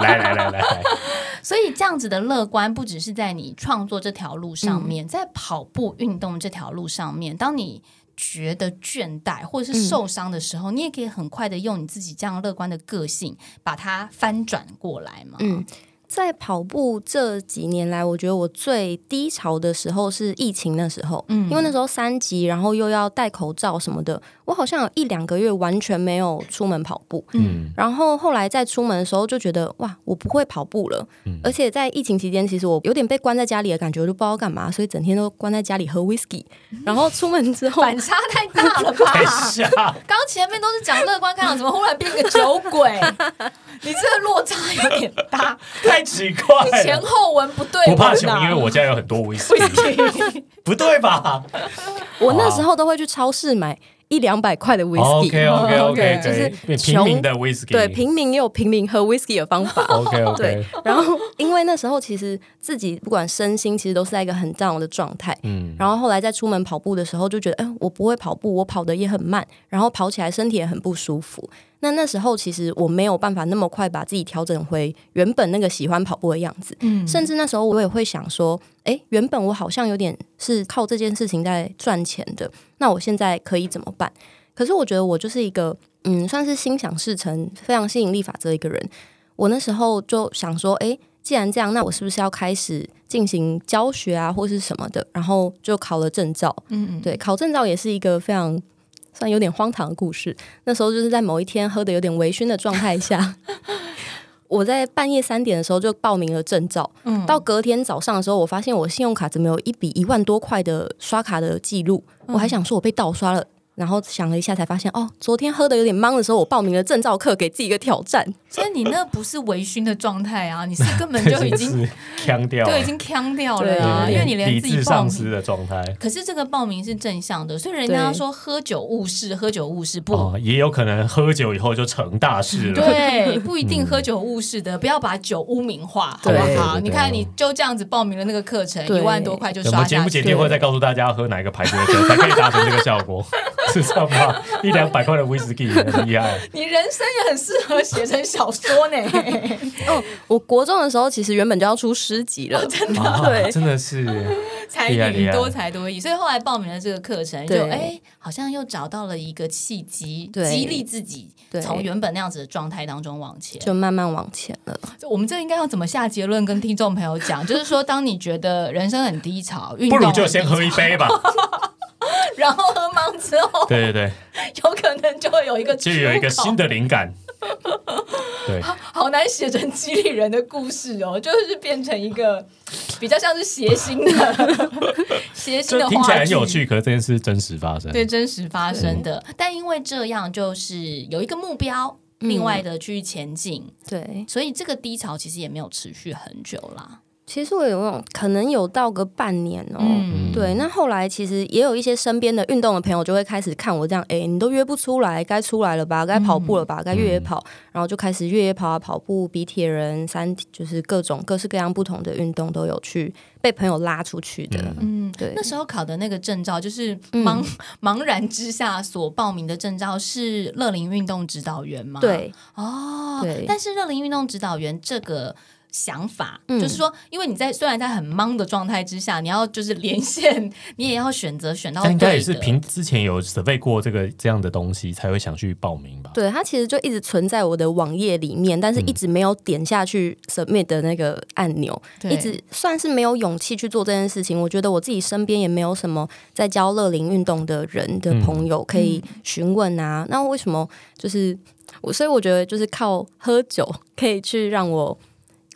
S3: 来来来来来来，
S2: 所以这样子的乐观，不只是在你创作这条路上面，在跑步运动这条路上面，当你觉得倦怠或者是受伤的时候，你也可以很快的用你自己这样乐观的个性，把它翻转过来嘛。
S1: 嗯在跑步这几年来，我觉得我最低潮的时候是疫情那时候，
S2: 嗯
S1: 因为那时候三级，然后又要戴口罩什么的，我好像有一两个月完全没有出门跑步。
S3: 嗯，
S1: 然后后来再出门的时候就觉得哇，我不会跑步了，
S3: 嗯
S1: 而且在疫情期间，其实我有点被关在家里的感觉，我就不知道干嘛，所以整天都关在家里喝 whisky。然后出门之后，
S2: 反差太大了吧
S3: 等一？下，
S2: 刚前面都是讲乐观开朗，怎么忽然变个酒鬼？你这个落差有点大，
S3: 太奇怪了，
S2: 前后文不对
S3: 不怕
S2: 文
S3: 穷，因为
S2: 啊！
S3: 我家有很多威士忌，不对吧
S1: 我那时候都会去超市买一两百块的 whisky，、
S3: 哦？OK OK OK，
S1: 就是
S3: 平民的威士忌，
S1: 对平民也有平民喝 whisky 的方法。
S3: OK
S1: 对
S3: OK，，
S1: 然后因为那时候其实自己不管身心，其实都是在一个很 down 的状态。
S3: 嗯，
S1: 然后后来在出门跑步的时候，就觉得，哎、我不会跑步，我跑得也很慢，然后跑起来身体也很不舒服。那那时候其实我没有办法那么快把自己调整回原本那个喜欢跑步的样子，
S2: 嗯
S1: 甚至那时候我也会想说，哎、原本我好像有点是靠这件事情在赚钱的，那我现在可以怎么办？可是我觉得我就是一个，嗯，算是心想事成、非常吸引力法则的一个人。我那时候就想说，哎、既然这样，那我是不是要开始进行教学啊，或是什么的？然后就考了证照。
S2: 嗯，
S1: 对，考证照也是一个非常算有点荒唐的故事。那时候就是在某一天喝的有点微醺的状态下， 我在半夜三点的时候就报名了证照，
S2: 嗯
S1: 到隔天早上的时候，我发现我信用卡怎么有一笔一万多块的刷卡的记录，我还
S2: 嗯
S1: 想说我被盗刷了。然后想了一下，才发现哦，昨天喝的有点懵的时候，我报名了证照课，给自己一个挑战。
S2: 所以你那不是微醺的状态啊，你是根本 就已经
S3: 是腔调啊，
S2: 对已经呛掉了
S1: 对
S2: 啊，
S1: 对
S2: 因为你连
S3: 嗯理
S2: 自己
S3: 智
S2: 报
S3: 丧失
S2: 名。
S3: 的状态。
S2: 可是这个报名是正向的，所以人家
S1: 对
S2: 说喝酒误事，喝酒误事不、
S3: 哦，也有可能喝酒以后就成大事了。
S2: 对，不一定喝酒误事的，不要把酒污名化，好
S1: 对
S2: 不
S3: 嗯对
S2: 好？
S3: 对
S2: 你看，你就这样子报名了那个课程，一
S1: 对
S2: 万多块就
S3: 我
S2: 刷
S3: 们节
S2: 下
S3: 目
S2: 去
S3: 解。定会再告诉大家要喝哪一个牌子的酒才可以达成这个效果， 是这样吗？一两百块的威士忌很 厉害，
S2: 你人生也很适合写成小说 呢。
S1: 哦，我国中的时候其实原本就要出诗集了，真
S3: 啊
S1: 对，
S3: 真的是
S2: 才
S3: 厉害厉
S2: 女
S3: 害
S2: 多才多艺，所以后来报名了这个课程，就
S1: 对
S2: 哎，好像又找到了一个契机，
S1: 对
S2: 激励自己
S1: 对
S2: 从原本那样子的状态当中往前。
S1: 就慢慢往前了。
S2: 我们这应该要怎么下结论跟听众朋友讲？就是说，当你觉得人生很低 潮，运
S3: 不
S2: 动
S3: 如
S2: 很
S3: 就先
S2: 低潮
S3: 喝一，杯 吧。
S2: 然后喝忙之后，
S3: 对对对，
S2: 有可能就会有一个
S3: 就有一个
S2: 出口
S3: 新的灵感。 对，
S2: 好难写成激励人的故事哦，就是变成一个比较像是谐星 的谐星的话
S3: 这听起来很
S2: 剧
S3: 有趣，可是这件事真实发生。
S2: 对，真实发生的。但因为这样，就是有一个目标，另外的去前进，
S1: 对，
S2: 所以这个低潮其实也没有持续很久啦。
S1: 其实我有那种可能有到个半年哦、
S2: 嗯，
S1: 对，那后来其实也有一些身边的运动的朋友就会开始看我这样，哎、你都约不出来，该出来了吧，该跑步了
S2: 嗯
S1: 吧，该越野跑，然后就开始越野跑啊、跑步、比铁人、三，就是各种各式各样不同的运动都有去被朋友拉出去的。
S2: 嗯，
S1: 对嗯
S2: 那时候考的那个证照，就是茫、茫然之下所报名的证照是乐龄运动指导员吗？，
S1: 对，
S2: 哦，
S1: 对
S2: 但是热龄运动指导员这个。想法、
S1: 嗯
S2: 就是说，因为你在虽然在很忙的状态之下，你要就是连线， 你也要选择选到
S3: 但应该也
S2: 哦对
S3: 是
S2: 的。
S3: 凭之前有 survey 过这个这样的东西，才会想去报名吧？
S1: 对，它其实就一直存在我的网页里面，
S2: 嗯
S1: 但是一直没有点下去 submit 的那个按钮，
S2: 对
S1: 一直算是没有勇气去做这件事情。我觉得我自己身边也没有什么在教乐龄运动的人的朋友可以询问啊。那为什么就是我？所以我觉得就是靠喝酒可以去让我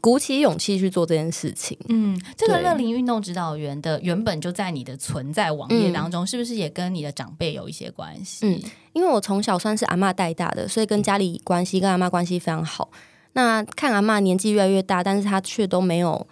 S1: 鼓起勇气去做这件事情。
S2: 嗯，这个
S1: 对
S2: 乐龄运动指导员的原本就在你的存在网页当中，是不是也跟你的长辈有一些关系？
S1: 嗯因为我从小算是阿嬷带大的，所以跟家里关系跟阿嬷关系非常好。那看阿嬷年纪越来越大，但是她却都没有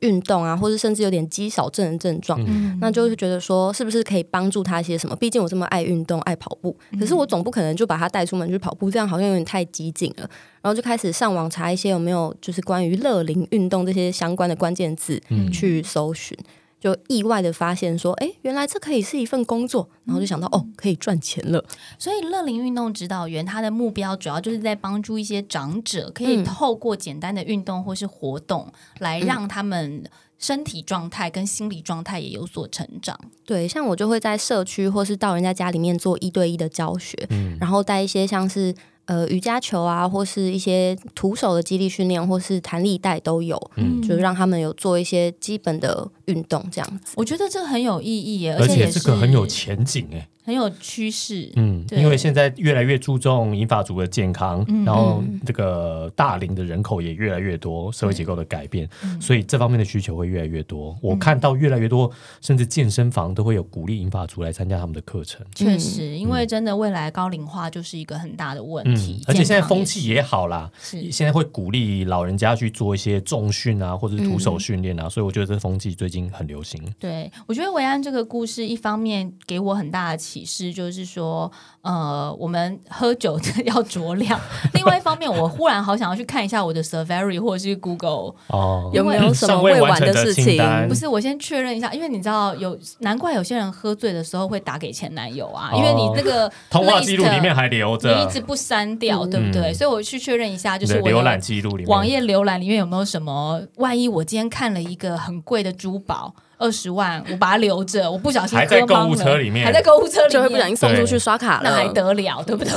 S1: 运动啊，或者甚至有点肌少症的症状，
S2: 嗯
S1: 那就会觉得说，是不是可以帮助她些什么？毕竟我这么爱运动、爱跑步，可是我总不可能就把她带出门去跑步，这样好像有点太激进了。然后就开始上网查一些有没有就是关于乐龄运动这些相关的关键字，
S3: 嗯
S1: 去搜寻。就意外的发现说，哎，原来这可以是一份工作，然后就想到、哦，可以赚钱了。
S2: 所以乐龄运动指导员他的目标主要就是在帮助一些长者，可以
S1: 嗯
S2: 透过简单的运动或是活动，来让他们身体状态跟心理状态也有所成长。
S1: 对，像我就会在社区或是到人家家里面做一对一的教学，然后带一些像是呃瑜伽球啊，或是一些徒手的肌力训练，或是弹力带都有，
S3: 嗯
S1: 就是让他们有做一些基本的运动这样子。
S2: 我觉得这很有意义耶，
S3: 而
S2: 且
S3: 且
S2: 也
S3: 这
S2: 是
S3: 个很有前景哎。
S2: 很有趋势。
S3: 嗯，
S2: 对嗯
S3: 因为现在越来越注重银发族的健康，然后这个大龄的人口也越来越多，社会结构的改变，
S2: 嗯
S3: 所以这方面的需求会越来越多。我看到越来越多，甚至健身房都会有鼓励银发族来参加他们的课程。
S2: 确实，因为真的未来高龄化就是一个很大的问
S3: 嗯
S2: 题，，
S3: 而且现
S2: 健
S3: 在
S2: 康
S3: 风
S2: 也
S3: 气
S2: 是
S3: 也好啦，
S2: 是
S3: 现在会鼓励老人家去做一些重训啊，或者是徒
S2: 嗯
S3: 手训练啊，所以我觉得这风气最近很流行。
S2: 对，我觉得维安这个故事，一方面给我很大的启示，就是说，呃，我们喝酒 要酌量；，另外一方面，我忽然好想要去看一下我的 Survey 或者是 Google，
S3: 哦，
S1: 有没有什么
S3: 尚未
S1: 未
S3: 完
S1: 完
S3: 成
S1: 事
S3: 清
S1: 情？
S3: 单
S2: 不 是，我先确认一下，因为你知道有，难怪有些人喝醉的时候会打给前男友啊，因为
S3: 哦
S2: 你这 个
S3: 通话记录里面还留
S2: list 你
S3: 着
S2: 一，直不删掉，对不对？所以我去确认一下，就
S3: 你
S2: 是
S3: 的
S2: 我
S3: 啊嗯浏
S2: 的
S3: 览记录里面
S2: 网页浏览里面有没有什么？万一我今天看了一个很贵的珠宝，二十万，我把它留着，我不小心
S3: 还在
S2: 喝懵
S3: 购物
S2: 了
S3: 车里面
S2: 还在购物车
S1: 就会
S2: 里
S1: 不小心嗯
S2: 面，
S1: 送出
S3: 对
S1: 去刷卡了，
S2: 那还得了，对不对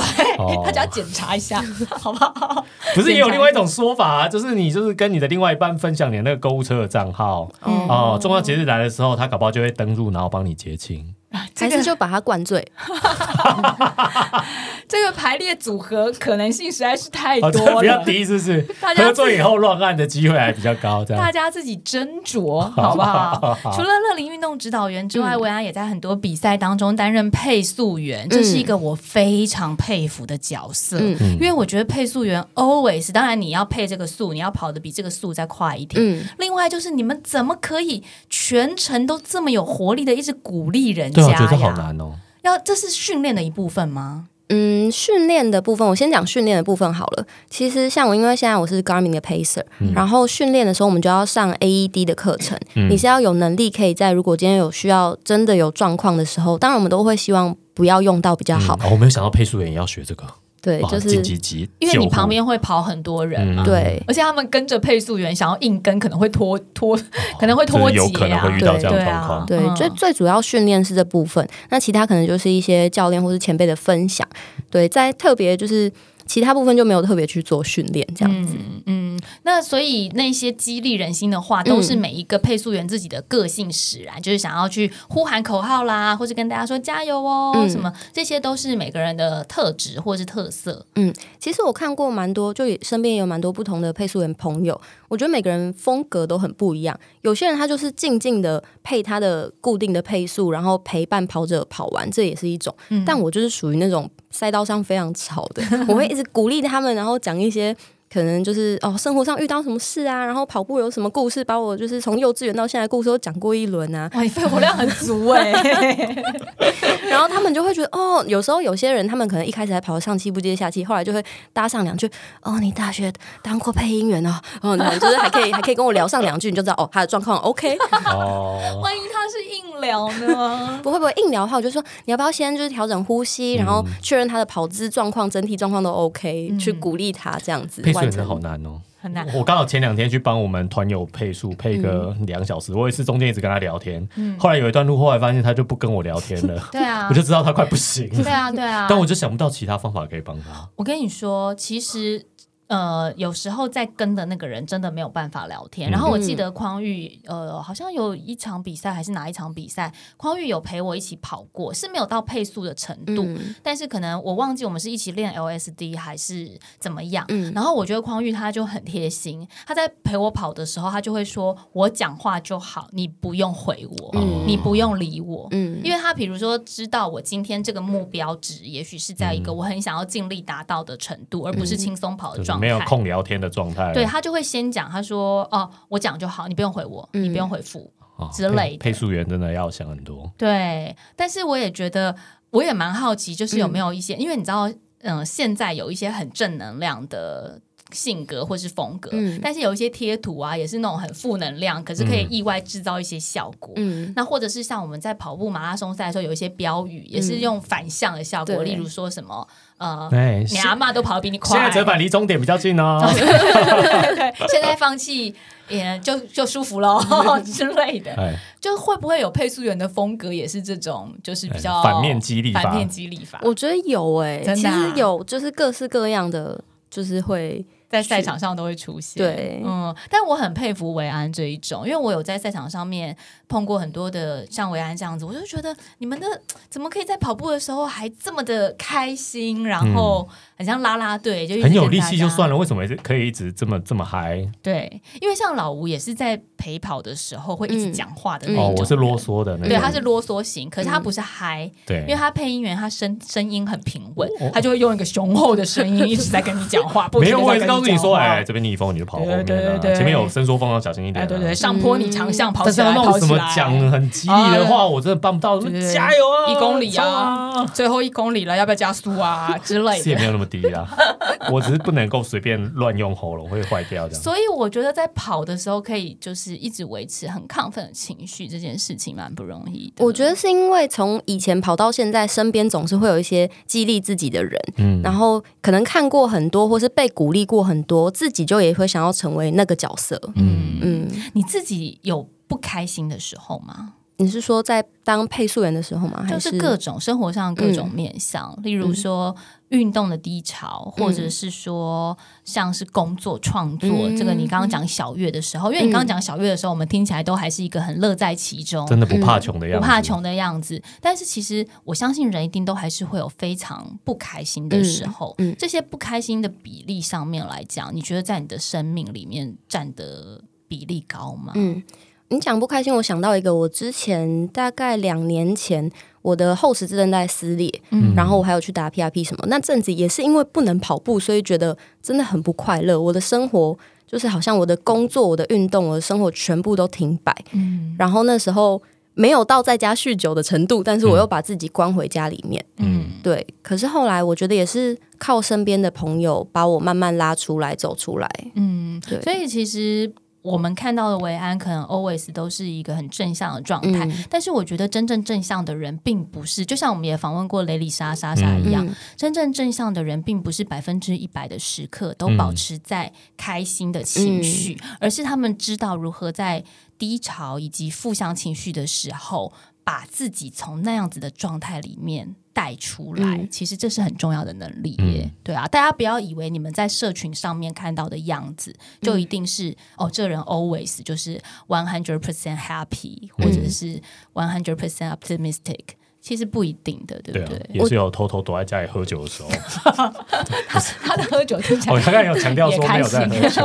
S3: 哦？
S2: 他只要检查一下，好不好？
S3: 不是也有另外一种说法、啊，就是你就是跟你的另外一半分享你的那个购物车的账号
S1: 哦
S2: 嗯
S3: 哦，重要节日来的时候，他搞不好就会登入，然后帮你结清。
S1: 还是就把它灌醉？
S2: 这个排列组合可能性实在是太
S3: 哦，这
S2: 多
S3: 比较
S2: 了，
S3: 低，是不是？
S2: 大家
S3: 喝醉以后乱按的机会还比较高，这
S2: 大
S3: 样。
S2: 家自己斟 酌，好不好？除了乐龄运动指导员之外，
S1: 嗯
S2: 维安也在很多比赛当中担任配速员，这是一个我非常佩服的角色。
S1: 嗯
S2: 因为我觉得配速员 always，当然你要配这个速，你要跑得比这个速再快一点。
S1: 嗯，
S2: 另外就是你们怎么可以全程都这么有活力的一直鼓励人
S3: 对
S2: 家
S3: 啊，
S2: 呀？
S3: 我觉得好难哦。
S2: 要这是训练的一部分吗？
S1: 嗯，训练的部分，我先讲训练的部分好了。其实像我，因为现在我是 Garmin 的 Pacer，、然后训练的时候我们就要上 AED 的课程。你是要有能力可以在如果今天有需要真的有状况的时候，当然我们都会希望不要用到比较好。
S3: 嗯哦我没有想到配速员也要学这个，
S1: 对，
S3: 哇
S1: 就是
S3: 紧急急，
S2: 因为
S3: 救
S2: 你
S3: 护
S2: 旁边会跑很多人嘛。
S3: 嗯
S1: 对。
S2: 而且他们跟着配速员想要硬跟，可能会拖拖，可能会脱节、啊，
S3: 这有可能会遇到这样的
S2: 对
S3: 状况
S1: 对，最、
S2: 啊
S1: 最主要训练是这部分，那其他可能就是一些教练或是前辈的分享。对，在特别就是其他部分就没有特别去做训练这样子。
S2: 嗯嗯，那所以那些激励人心的话，都
S3: 嗯
S2: 是每一个配速员自己的个性使然，就是想要去呼喊口号啦，或者跟大家说加油哦，
S1: 嗯
S2: 什么，这些都是每个人的特质或是特色。
S1: 其实我看过蛮多，就也身边也有蛮多不同的配速员朋友。我觉得每个人风格都很不一样。有些人他就是静静的配他的固定的配速，然后陪伴跑者跑完，这也是一种。但我就是属于那种赛道上非常吵的，我会一直鼓励他们，然后讲一些。可能就是哦，生活上遇到什么事啊，然后跑步有什么故事，把我就是从幼稚园到现在的故事都讲过一轮啊，
S2: 哇，你肺活量很足哎、
S1: 然后他们就会觉得，哦，有时候有些人他们可能一开始还跑得上气不接下气，后来就会搭上两句，哦，你大学当过配音员哦，哦， 然后就是还可以还可以跟我聊上两句，你就知道哦他的状况 OK。
S2: 啊
S3: 哦，
S2: 万一他是硬聊呢？
S1: 不会不会硬聊的话，我就说你要不要先就是调整呼吸，然
S3: 嗯
S1: 后确认他的跑姿状况、整体状况都 OK，、去鼓励他这样子
S3: 配速
S1: 完
S3: 员真的
S1: 成。
S3: 好难哦。
S2: 很难。
S3: 我刚好前两天去帮我们团友配速，配个
S2: 嗯
S3: 两小时。我也是中间一直跟他聊天，后来有一段路，后来发现他就不跟我聊天了，
S2: 对啊
S3: 我，就知道他快不行
S2: 对
S3: 了。
S2: 啊，对啊。
S3: 但我就想不到其他方法可以帮他。
S2: 我跟你说，其实呃，有时候在跟的那个人真的没有办法聊天。
S3: 嗯
S2: 然后我记得匡玉，呃，好像有一场比赛还是哪一场比赛，匡玉有陪我一起跑过，是没有到配速的程度，
S1: 嗯
S2: 但是可能我忘记我们是一起练 LSD 还是怎么样。
S1: 嗯
S2: 然后我觉得匡玉他就很贴心，他在陪我跑的时候，他就会说：“我讲话就好，你不用回我，
S1: 嗯
S2: 你不用理我。”
S1: 嗯
S2: 因为他比如说知道我今天这个目标值，也许是在一个我很想要尽力达到的程
S1: 嗯
S2: 度，而不是轻松跑
S3: 就
S2: 的
S3: 是
S2: 呃状
S3: 没有
S2: 态。
S3: 空聊天的状态，
S2: 对他就会先讲，他说：“哦，我讲就好，你不用回我，
S1: 嗯
S2: 你不用回复。
S3: 哦
S2: 之类的
S3: 配配速员真的要想很多，”
S2: 对，但是我也觉得，我也蛮好奇，就是有没有一些，因为你知道，嗯、现在有一些很正能量的。性格或是风格，
S1: 嗯
S2: 但是有一些贴图啊，也是那种很负能量，可是可以意外制造一些效果。
S1: 嗯
S2: 那或者是像我们在跑步马拉松赛的时候，有一些标语也是用反向的效果，
S1: 嗯对
S2: 例如说什么呃，
S3: 哎，
S2: 你
S3: 现
S2: 阿妈都跑得比你快，
S3: 现在折返离终点比较 近哦。
S2: 对对对，现在放弃也就就舒 服喽之类的，
S3: 哎，
S2: 就会不会有配速员的风格也是这种，就是比较
S3: 哎反面激励法
S2: 反面激励法，
S1: 我觉得有诶、
S2: 真
S1: 其
S2: 的啊
S1: 实有就是各式各样的，就是会
S2: 在赛场上都会出现。
S1: 对
S2: 嗯，但我很佩服维安这一种，因为我有在赛场上面碰过很多的像维安这样子，我就觉得你们的怎么可以在跑步的时候还这么的开心，然后很像啦啦队，就一直
S3: 嗯很有
S2: 跟
S3: 力
S2: 大
S3: 气
S2: 家
S3: 就算了，为什么可以一直这么这么嗨？
S2: 对，因为像老吴也是在陪跑的时候会一直
S1: 嗯
S2: 讲话的那一种
S3: 哦
S2: 人、，
S3: 我是啰嗦的那种，
S2: 对，他是啰嗦型，可是
S1: 嗯
S2: 他不是嗨、
S3: 对，
S2: 因为他配音员，他声声音很平稳
S3: 哦，
S2: 他就会用一个雄厚的声音一直在跟你讲话。不
S3: 没有，
S2: 停地
S3: 我也
S2: 在
S3: 是
S2: 跟
S3: 告诉你
S2: 讲
S3: 说，
S2: 话
S3: 哎，这边逆风你就跑后面
S2: 对对
S3: 啊，
S2: 对对
S3: 前面有伸缩缝要小心一点
S2: 哎，
S3: 啊。
S2: 对对，上坡你长项跑起来，
S3: 但是要
S2: 跑
S3: 弄
S2: 起
S3: 什么
S2: 来
S3: 讲很激励的话，我真的办不到。
S2: 对对
S3: 加油啊，
S2: 一公里
S3: 冲
S2: 啊，，最后一公里了，要不要加速啊之类
S3: 是也
S2: 的。
S3: 没有那么低啊。 我只是不能够随便乱用喉咙，会坏掉这样。
S2: 所以我觉得在跑的时候，可以就是一直维持很亢奋的情绪，这件事情蛮不容易的。
S1: 我觉得是因为从以前跑到现在，身边总是会有一些激励自己的人，
S3: 嗯，
S1: 然后可能看过很多，或是被鼓励过很多，自己就也会想要成为那个角色。
S3: 嗯
S1: 嗯，
S2: 你自己有不开心的时候吗？
S1: 你是说在当配速员的时候吗？还嗯
S2: 就是各种生活上各种面向，例如说运动的低潮，或者是说像是工作创作。
S1: 嗯
S2: 这个你刚刚讲小月的时候，因为你刚刚讲小月的时候，我们听起来都还是一个很乐在其中。
S3: 真的不怕穷
S2: 不
S3: 的样子，
S2: 怕穷的样子，但是其实我相信人一定都还是会有非常不开心的时候。
S1: 嗯嗯
S2: 这些不开心的比例上面来讲，你觉得在你的生命里面占的比例高吗？
S1: 嗯，你讲不开心，我想到一个，我之前大概两年前，我的后十字韧带撕裂，
S2: 嗯
S1: 然后我还有去打 PRP 什么。那阵子也是因为不能跑步，所以觉得真的很不快乐。我的生活就是好像我的工作、我的运动、我的生活全部都停摆。
S2: 嗯
S1: 然后那时候没有到在家酗酒的程度，但是我又把自己关回家里面。
S3: 嗯，
S1: 对，可是后来我觉得也是靠身边的朋友把我慢慢拉出来、走出来。
S2: 嗯，
S1: 对
S2: 所以其实我们看到的维安，可能 always 都是一个很正向的状态。
S1: 嗯
S2: 但是我觉得真正正向的人，并不是就像我们也访问过雷丽莎莎莎一样，
S1: 嗯
S2: 真正正向的人，并不是百分之一百的时刻都
S3: 嗯
S2: 保持在开心的情绪，而是他们知道如何在低潮以及负向情绪的时候，把自己从那样子的状态里面。带出来，
S1: 嗯
S2: 其实这是很重要的能力耶，
S3: 嗯
S2: 对啊，大家不要以为你们在社群上面看到的样子，就一定是、哦，这人 always 就是 one hundred percent happy，或
S3: 嗯
S2: 者是 one hundred percent optimistic，其实不一定的，对
S3: 对
S2: 不
S3: 啊
S2: 对？，
S3: 也是有偷偷躲在家里喝酒的 时候，
S2: 他的喝酒听起来
S3: 我刚哦刚有强调说没有在喝
S2: 也开
S3: 酒，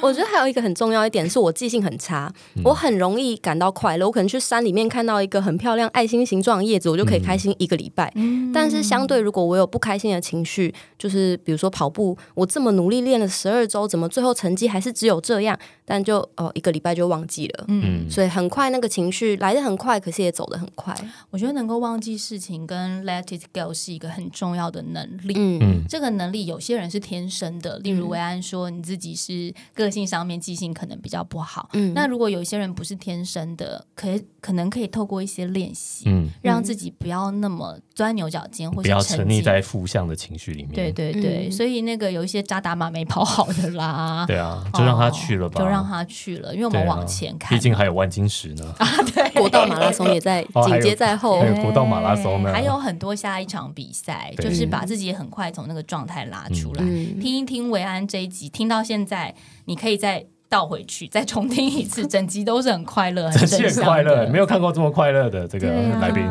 S1: 我觉得还有一个很重要一点是我记性很差，我很容易感到快乐。我可能去山里面看到一个很漂亮爱心形状的叶子，我就可以开心一个礼拜。但是相对，如果我有不开心的情绪，就是比如说跑步，我这么努力练了十二周，怎么最后成绩还是只有这样？但就哦、一个礼拜就忘记了。
S3: 嗯，
S1: 所以很快那个情绪来得很快，可是也走得很快。
S2: 我觉得能够忘记事情跟 let it go 是一个很重要的能力。
S1: 嗯
S2: 这个能力有些人是天生的，例如维安说你自己是个性上面记性可能比较不好，
S1: 嗯
S2: 那如果有一些人不是天生的，可可能可以透过一些练习，
S3: 嗯，
S2: 让自己不要那么钻牛角尖，或
S3: 不
S2: 是
S3: 要沉
S2: 沉
S3: 溺
S2: 浸
S3: 在负向的情绪里面，
S2: 对对对，
S1: 嗯
S2: 所以那个有一些渣打马没跑好的啦，
S3: 对啊，就让他
S2: 哦
S3: 去了吧，
S2: 就让他去了，因为我
S3: 对
S2: 们
S3: 啊
S2: 往前看啊
S3: 毕，竟还有万金石呢，
S1: 国道马拉松也在
S3: 嗯 哦还有
S1: 紧接在后
S3: 还。有国道马拉松呢，
S2: 还有很多下一场比赛，
S3: 对
S2: 就是把自己很快从那个状态拉出来。
S1: 嗯
S2: 听一听维安这一集，听到现在，你可以再倒回去， 再重听一次，整集都是很快乐，很
S3: 真是
S2: 正
S3: 快乐，
S2: 向的
S3: 没有看过这么快乐的这个
S2: 对啊
S3: 来宾，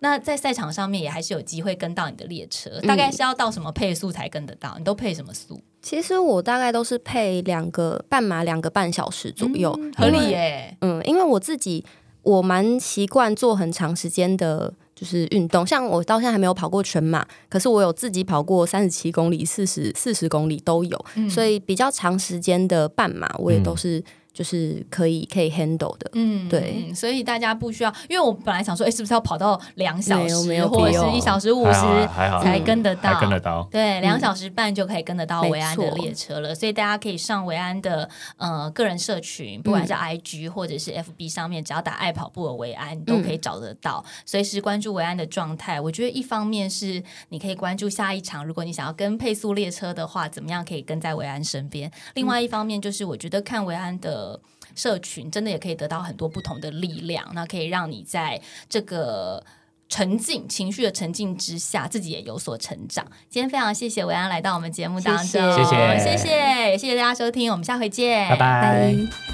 S2: 那在赛场上面也还是有机会跟到你的列车，
S1: 嗯
S2: 大概是要到什么配速才跟得到？你都配什么速？
S1: 其实我大概都是配两个半马，两个半小时左
S3: 哦
S1: 右，
S2: 嗯合理耶。
S1: 嗯，因为我自己我蛮习惯做很长时间的，就是运动。像我到现在还没有跑过全马，可是我有自己跑过三十七公里、四十四十公里都有，所以比较长时间的半马我也
S3: 嗯
S1: 都是就是可以可以 handle 的。
S2: 嗯
S1: 对
S2: 嗯所以大家不需要，因为我本来想说，哎，是不是要跑到两小时，
S1: 没有没有
S2: 或者
S1: 必
S2: 是
S1: 要
S2: 一小时五
S3: 还
S2: 十
S3: 好还好
S2: 才跟得到？
S3: 还跟得到，
S2: 对，两小时半就可以跟得到维安的
S1: 嗯没错
S2: 列车了，所以大家可以上维安的呃个人社群，不管
S1: 嗯
S2: 是 IG 或者是 FB 上面，只要打“爱跑步”的维安，你
S1: 嗯
S2: 都可以找得到，随时关注维安的状态。我觉得一方面是你可以关注下一场，如果你想要跟配速列车的话，怎么样可以跟在维安身边；
S1: 嗯
S2: 另外一方面就是我觉得看维安的。社群真的也可以得到很多不同的力量，那可以让你在这个沉浸情绪的沉浸之下，自己也有所成长。今天非常谢谢维安来到我们节目当中，
S1: 谢
S2: 谢
S3: 谢
S2: 谢，也谢谢大家收听，我们下回见，
S3: 拜拜。